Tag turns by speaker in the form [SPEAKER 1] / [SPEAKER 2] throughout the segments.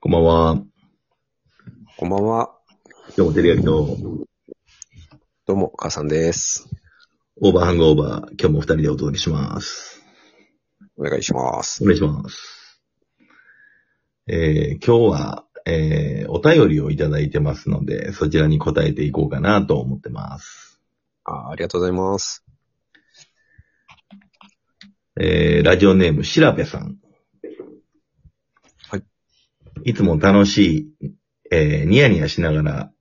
[SPEAKER 1] こんばんは。
[SPEAKER 2] こんばんは。
[SPEAKER 1] 今日もテレビの
[SPEAKER 2] どうも、母さんです。
[SPEAKER 1] オーバーハングオーバー、今日も二人でお届けします。
[SPEAKER 2] お願いします
[SPEAKER 1] お。願いします。えー、今日は、えー、お便りをいただいてますので、そちらに答えていこうかなと思ってます。
[SPEAKER 2] あありがとうございます。
[SPEAKER 1] えー、ラジオネーム、しらべさん。
[SPEAKER 2] はい。
[SPEAKER 1] いつも楽しい、えー、ニヤニヤしながら、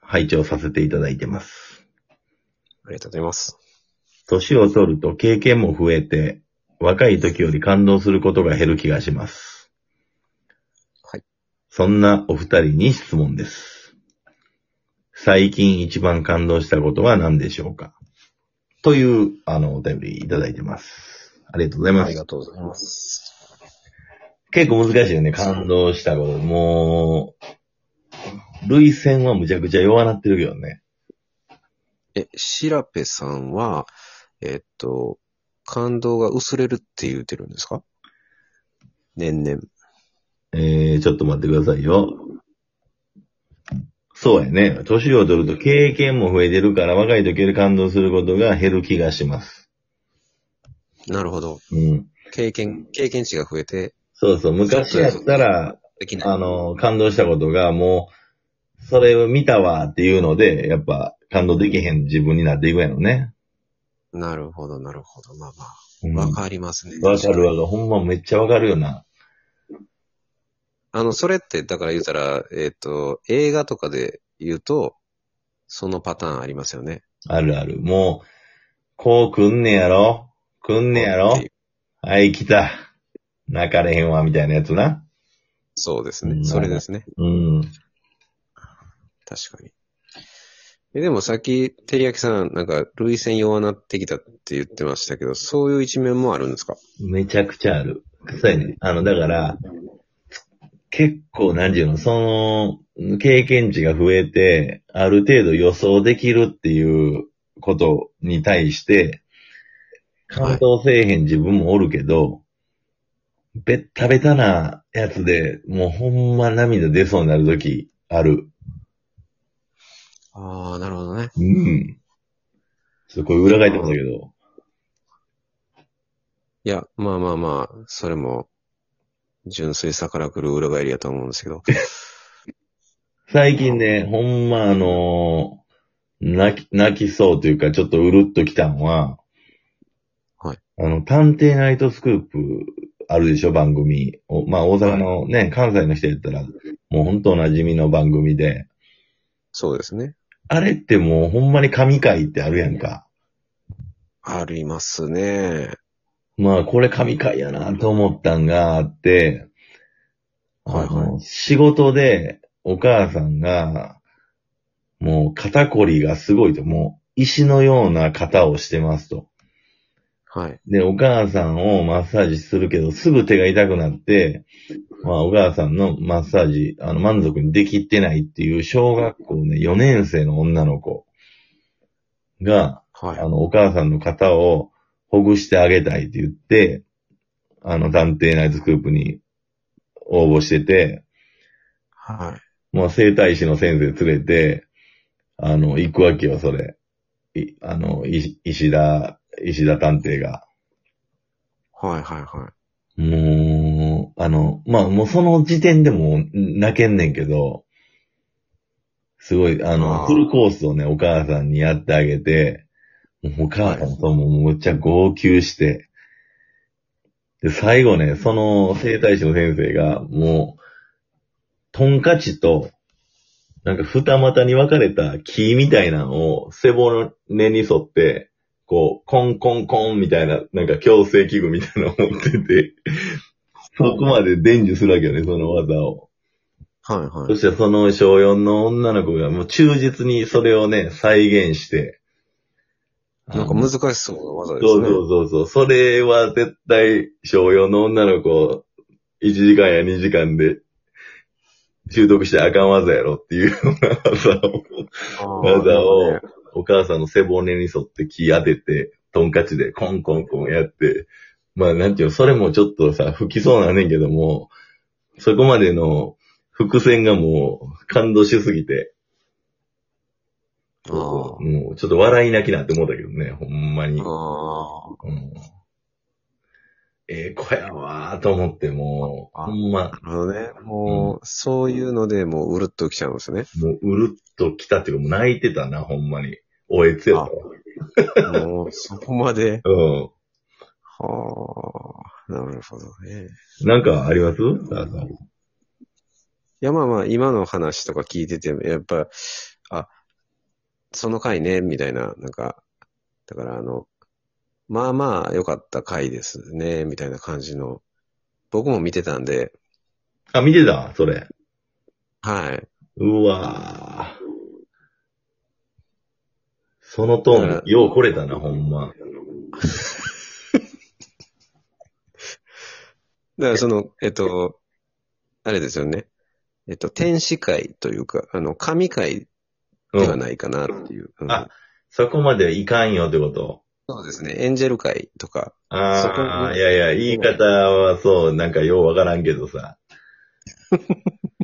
[SPEAKER 1] 拝聴させていただいてます。
[SPEAKER 2] ありがとうございます。
[SPEAKER 1] 年を取ると経験も増えて、若い時より感動することが減る気がします。
[SPEAKER 2] はい。
[SPEAKER 1] そんなお二人に質問です。最近一番感動したことは何でしょうかという、あの、お便りいただいてます。ありがとうございま
[SPEAKER 2] あり
[SPEAKER 1] す
[SPEAKER 2] が。とうございます。
[SPEAKER 1] 結構難しいよね、感動したこと。もう、類線はむちゃくちゃ弱なってるけどね。
[SPEAKER 2] え、しらぺさんは、えっと、感動が薄れるって言うてるんですか年々。
[SPEAKER 1] えー、ちょっと待ってくださいよ。そうやね。年を取ると経験も増えてるから、若い時より感動することが減る気がします。
[SPEAKER 2] なるほど。
[SPEAKER 1] うん。
[SPEAKER 2] 経験、経験値が増えて、
[SPEAKER 1] そうそう。昔やったら、
[SPEAKER 2] できない。
[SPEAKER 1] あの、感動したことがもう、それを見たわっていうので、やっぱ感動できへん自分になっていくんやろね。
[SPEAKER 2] なるほど、なるほど。まあま
[SPEAKER 1] うん
[SPEAKER 2] あ、わ
[SPEAKER 1] わ
[SPEAKER 2] かりますね。
[SPEAKER 1] かるわかる。ほんまめっちゃわかるよな。
[SPEAKER 2] あの、それって、だから言うたら、えっと、映画とかで言うと、そのパターンありますよね。
[SPEAKER 1] あるある。もう、こう来んねやろ来んねやろ
[SPEAKER 2] っていう
[SPEAKER 1] はい、来た。泣かれへんわ、みたいなやつな。
[SPEAKER 2] そうです
[SPEAKER 1] う
[SPEAKER 2] ね。
[SPEAKER 1] ん
[SPEAKER 2] それですね。
[SPEAKER 1] うん。
[SPEAKER 2] 確かに。え、でもさっき、てりやきさん、なんか、類線弱なってきたって言ってましたけど、そういう一面もあるんですか
[SPEAKER 1] めちゃくちゃある。そうやね。あの、だから、結構、なんていうの、その、経験値が増えて、ある程度予想できるっていうことに対して、感動せえへん自分もおるけど、べったべたなやつで、もうほんま涙出そうになるときある。
[SPEAKER 2] ああ、なるほどね。
[SPEAKER 1] うん。ちょっとこれ裏返ってもだけど、
[SPEAKER 2] いや、まあまあまあ、それも、純粋さから来る裏返りやと思うんですけ ど。
[SPEAKER 1] 最近ね、ほんまあのー泣き、泣きそうというか、ちょっとうるっときたんは、
[SPEAKER 2] はい。
[SPEAKER 1] あの、探偵ナイトスクープあるでしょ、番組。おまあ、大阪のね、関西の人やったら、もうほんとお馴染みの番組で、
[SPEAKER 2] そうですね。
[SPEAKER 1] あれってもうほんまに神回ってあるやんか。
[SPEAKER 2] ありますね。
[SPEAKER 1] まあ、これ神回やなと思ったんがあって、
[SPEAKER 2] はいはい
[SPEAKER 1] あの仕事でお母さんが、もう肩こりがすごいと、もう石のような肩をしてますと。
[SPEAKER 2] はい。
[SPEAKER 1] で、お母さんをマッサージするけど、すぐ手が痛くなって、まあ、お母さんのマッサージ、あの、満足にできてないっていう、小学校ね、4年生の女の子が、
[SPEAKER 2] はい
[SPEAKER 1] あ。の、お母さんの肩をほぐしてあげたいって言って、あの、探偵ナイトスクープに応募してて、
[SPEAKER 2] はい。
[SPEAKER 1] もう生体師の先生連れて、あの、行くわけよ、それ。い、あの、い石田、石田探偵が。
[SPEAKER 2] はい、はい、はい。
[SPEAKER 1] もう、あの、まあ、もうその時点でもう泣けんねんけど、すごい、あの、
[SPEAKER 2] あー
[SPEAKER 1] フルコースをね、お母さんにやってあげて、もうお母さんともうむっちゃ号泣して、で、最後ね、その生体師の先生が、もう、トンカチと、なんか二股に分かれた木みたいなのを背骨に沿って、こう、コンコンコンみたいな、なんか矯正器具みたいなの持ってて、そこまで伝授するわけよね、その技を。
[SPEAKER 2] はい、は
[SPEAKER 1] そ
[SPEAKER 2] い。
[SPEAKER 1] してその小4の女の子がもう忠実にそれをね、再現して。
[SPEAKER 2] なんか難しそうな技で
[SPEAKER 1] そ
[SPEAKER 2] す
[SPEAKER 1] う
[SPEAKER 2] ね。
[SPEAKER 1] そうそうそう。それは絶対小4の女の子、1時間や2時間で習得してあかん技やろっていうような技を、
[SPEAKER 2] あー
[SPEAKER 1] 技をお母さんの背骨に沿って木当てて、トンカチでコンコンコンやって、まあなんていうの、それもちょっとさ、吹きそうなんねんけども、そこまでの伏線がもう感動しすぎて、
[SPEAKER 2] ああ
[SPEAKER 1] もうちょっと笑い泣きなって思ったけどね、ほんまに。
[SPEAKER 2] ああ。
[SPEAKER 1] うんええ子やわーと思って、もう、
[SPEAKER 2] あ
[SPEAKER 1] ほんま、
[SPEAKER 2] なるほどね。もう、そういうので、もう、うるっときちゃうんですね。
[SPEAKER 1] もううるっと来たっていうか、もう泣いてたな、ほんまに。おえつやったわ。
[SPEAKER 2] もう、そこまで。
[SPEAKER 1] う
[SPEAKER 2] はあ。なるほどね。
[SPEAKER 1] ん。なんかありますダーさん
[SPEAKER 2] いや、まあまあ、今の話とか聞いてても、やっぱ、あ、その回ね、みたいな、なんか、だからあの、まあまあ良かった回ですね、みたいな感じの、僕も見てたんで、
[SPEAKER 1] あ、見てたそれ。
[SPEAKER 2] はい。
[SPEAKER 1] うわーそのトーン、よう来れたな、ほんま。
[SPEAKER 2] だからその、えっと、あれですよね。えっと、天使会というか、あの、神会
[SPEAKER 1] う
[SPEAKER 2] では
[SPEAKER 1] ん。
[SPEAKER 2] ないかなっていう。うん
[SPEAKER 1] あそこまでいかんよってこと。
[SPEAKER 2] そうですね。エンジェル会とか。そこ
[SPEAKER 1] ああ、
[SPEAKER 2] に
[SPEAKER 1] いやいや、言い方はそう、なんかようわからんけど さ。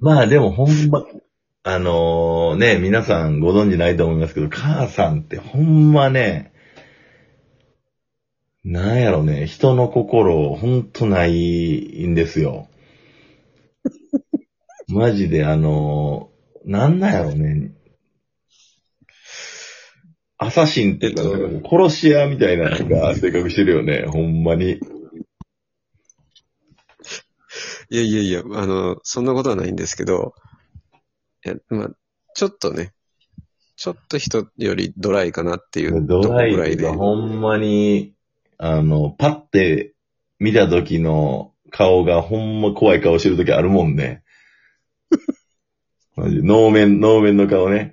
[SPEAKER 1] まあでもほんま、あのーね、皆さんご存知ないと思いますけど、母さんってほんまね、なんやろね、人の心ほんとないんですよ。 マジであのーなんなんやろね、アサシンっていうか、
[SPEAKER 2] えっ
[SPEAKER 1] 殺し屋みたいななんか性格してるよね、ほんまに。
[SPEAKER 2] いやいやいや、あの、そんなことはないんですけど、いや、まあ、ちょっとね、ちょっと人よりドライかなっていう
[SPEAKER 1] ド
[SPEAKER 2] とこ
[SPEAKER 1] ラ
[SPEAKER 2] ぐらい
[SPEAKER 1] イ
[SPEAKER 2] で。
[SPEAKER 1] が
[SPEAKER 2] あ
[SPEAKER 1] ほんまに、あの、パッて見た時の顔がほんま怖い顔してる時あるもん ね。マジ、能面、能面の顔ね。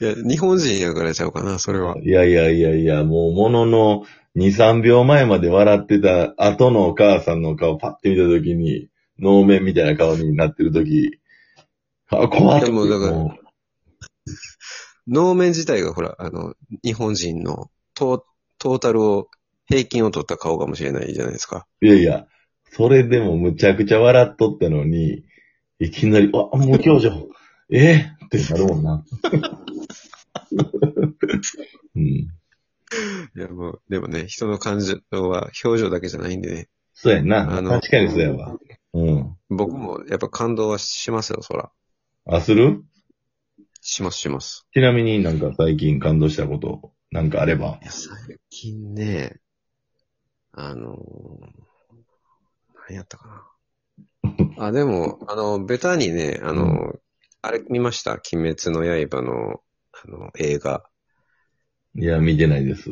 [SPEAKER 2] いや、日本人やからちゃうかな、それは。
[SPEAKER 1] いやいやいやいや、もうものの2、3秒前まで笑ってた後のお母さんの顔パッて見た時に、能面みたいな顔になってる時、あ、怖い。
[SPEAKER 2] でもだから
[SPEAKER 1] も
[SPEAKER 2] 能面自体がほら、あの、日本人のトートータルを、平均を取った顔かもしれないじゃないですか。
[SPEAKER 1] ういやいや、それでもむちゃくちゃ笑っとったのに、いきなり、あ、無表情。えってなるもんな。 うん。
[SPEAKER 2] いや、もう、でもね、人の感情は表情だけじゃないんでね、
[SPEAKER 1] そうやんな。
[SPEAKER 2] あの
[SPEAKER 1] 確かにそうやわ。うん。
[SPEAKER 2] 僕もやっぱ感動はしますよ、そら。
[SPEAKER 1] あ、する
[SPEAKER 2] します、します。
[SPEAKER 1] ちなみになんか最近感動したこと、なんかあれば
[SPEAKER 2] い。や、最近ね、あのー、何やったか な。あ、でも、あの、ベタにね、あの、
[SPEAKER 1] う
[SPEAKER 2] あれ見ました鬼滅の刃の、あの、映画。
[SPEAKER 1] いや、見てないです。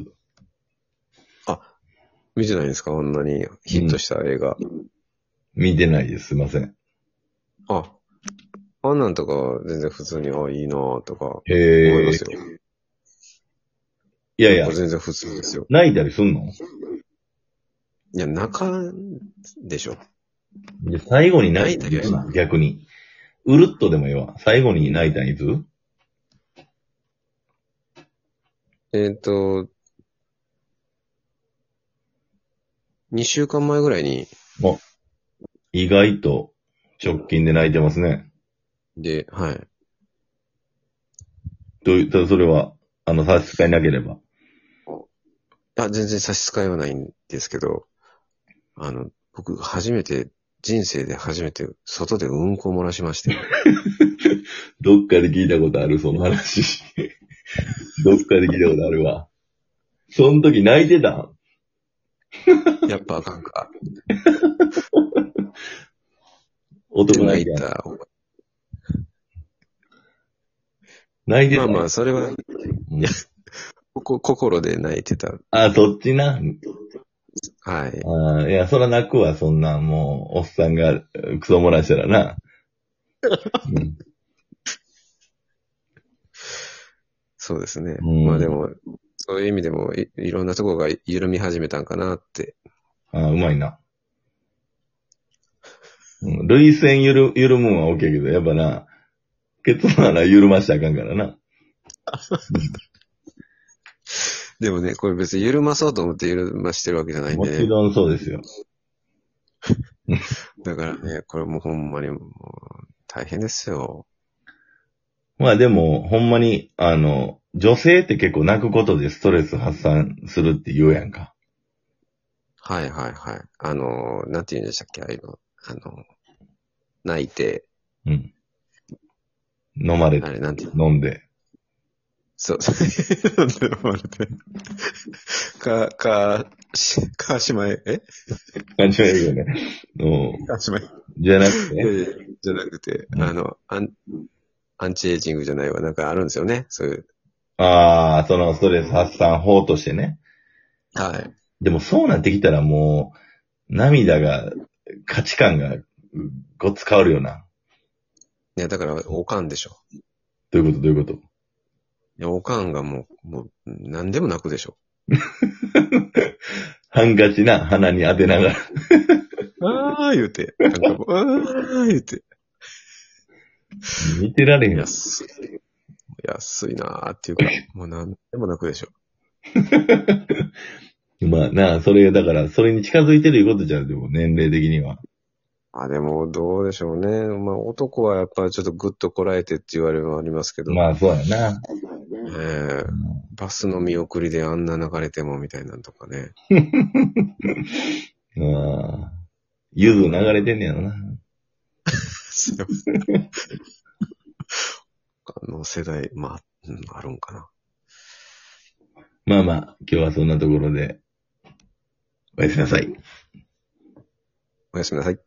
[SPEAKER 2] 見てないですかこんなにヒットした映画。
[SPEAKER 1] 見てないです。すいません。
[SPEAKER 2] あ、あんなんとか全然普通に、あ、いいなぁとか、
[SPEAKER 1] へ
[SPEAKER 2] 思い
[SPEAKER 1] え
[SPEAKER 2] ます。よ。
[SPEAKER 1] いやいや、
[SPEAKER 2] 全然普通ですよ。
[SPEAKER 1] 泣いたりすんの
[SPEAKER 2] いや、中でしょ。
[SPEAKER 1] で最後に泣いたりすんの逆に。うるっとでもいいわ。最後に泣いたんいつ
[SPEAKER 2] えっ、と、2週間前ぐらいに、
[SPEAKER 1] 意外と直近で泣いてますね。
[SPEAKER 2] で、はい。
[SPEAKER 1] どういった、それは、あの、差し支えなければ。
[SPEAKER 2] あ、全然差し支えはないんですけど、あの、僕、初めて、人生で初めて、外でうんこ漏らしま して。
[SPEAKER 1] どっかで聞いたことある、その話。 どっかで聞いたことあるわ。その時泣いてたん
[SPEAKER 2] やっぱあかんか。
[SPEAKER 1] 男泣
[SPEAKER 2] 泣い
[SPEAKER 1] いて
[SPEAKER 2] た。
[SPEAKER 1] 泣いて
[SPEAKER 2] ま
[SPEAKER 1] たん。
[SPEAKER 2] あまあ、それは、
[SPEAKER 1] うん
[SPEAKER 2] ここ心で泣いてた。
[SPEAKER 1] あ、そっちな。
[SPEAKER 2] はい。
[SPEAKER 1] あーいや、そら泣くわ、そんな、もう、おっさんがクソ漏らしたらな。うん
[SPEAKER 2] そうですね。
[SPEAKER 1] うん
[SPEAKER 2] まあでも、そういう意味でもい、いろんなとこが緩み始めたんかなって。
[SPEAKER 1] あーうまいな。うん涙腺ゆる、緩むんは OK けど、やっぱな、ケツなら緩ましたらあかんからな。
[SPEAKER 2] でもね、これ別に緩まそうと思って緩ましてるわけじゃないん
[SPEAKER 1] も
[SPEAKER 2] で
[SPEAKER 1] ち
[SPEAKER 2] ね。
[SPEAKER 1] ろんそうですよ。
[SPEAKER 2] だからね、これもうほんまにもう大変ですよ。
[SPEAKER 1] まあでも、ほんまに、あの、女性って結構泣くことでストレス発散するって言うやんか。
[SPEAKER 2] はいはいはい。あの、なんて言うんでしたっけ、ああいうの。あの、泣いて、
[SPEAKER 1] うん。飲まれ
[SPEAKER 2] あ
[SPEAKER 1] て、
[SPEAKER 2] れなんて言うの
[SPEAKER 1] 飲んで。
[SPEAKER 2] そう、なんて呼ば れて。か、か、し、かしまえ、え
[SPEAKER 1] 感じはいいよ ね。うん。
[SPEAKER 2] かしまえ。
[SPEAKER 1] じゃなく
[SPEAKER 2] いや
[SPEAKER 1] て、
[SPEAKER 2] いやじゃなくて、
[SPEAKER 1] うん
[SPEAKER 2] あの、アン、アンチエイジングじゃないわ。なんかあるんですよね。そういう。
[SPEAKER 1] ああ、そのストレス発散法としてね。
[SPEAKER 2] はい。
[SPEAKER 1] でもそうなってきたらもう、涙が、価値観が、ごっつ変わるよな。
[SPEAKER 2] いや、だから、おかんでしょ。
[SPEAKER 1] どういうことどういうこと
[SPEAKER 2] いや、おかんがもう、もう、何でも泣くでしょ。
[SPEAKER 1] ハンカチな鼻に当てながら。
[SPEAKER 2] あー言うて。なんかもう、 あー言うて。
[SPEAKER 1] 見てられへんや
[SPEAKER 2] 安い。安いなーっていうか、もう何でも泣くでしょ。
[SPEAKER 1] まあなあ、それがだから、それに近づいてるいうことじゃん、でも年齢的には。
[SPEAKER 2] あ、でも、どうでしょうね。まあ、男はやっぱちょっとグッとこらえてって言われはありますけど。
[SPEAKER 1] まあそうやな。
[SPEAKER 2] ええバスの見送りであんな泣かれてもみたいなんとかね。
[SPEAKER 1] うん。ああ。ゆず流れてんねやろな。
[SPEAKER 2] あの世代、まあ、うんあるんかな。
[SPEAKER 1] まあまあ、今日はそんなところで、おやすみなさい。
[SPEAKER 2] おやすみなさい。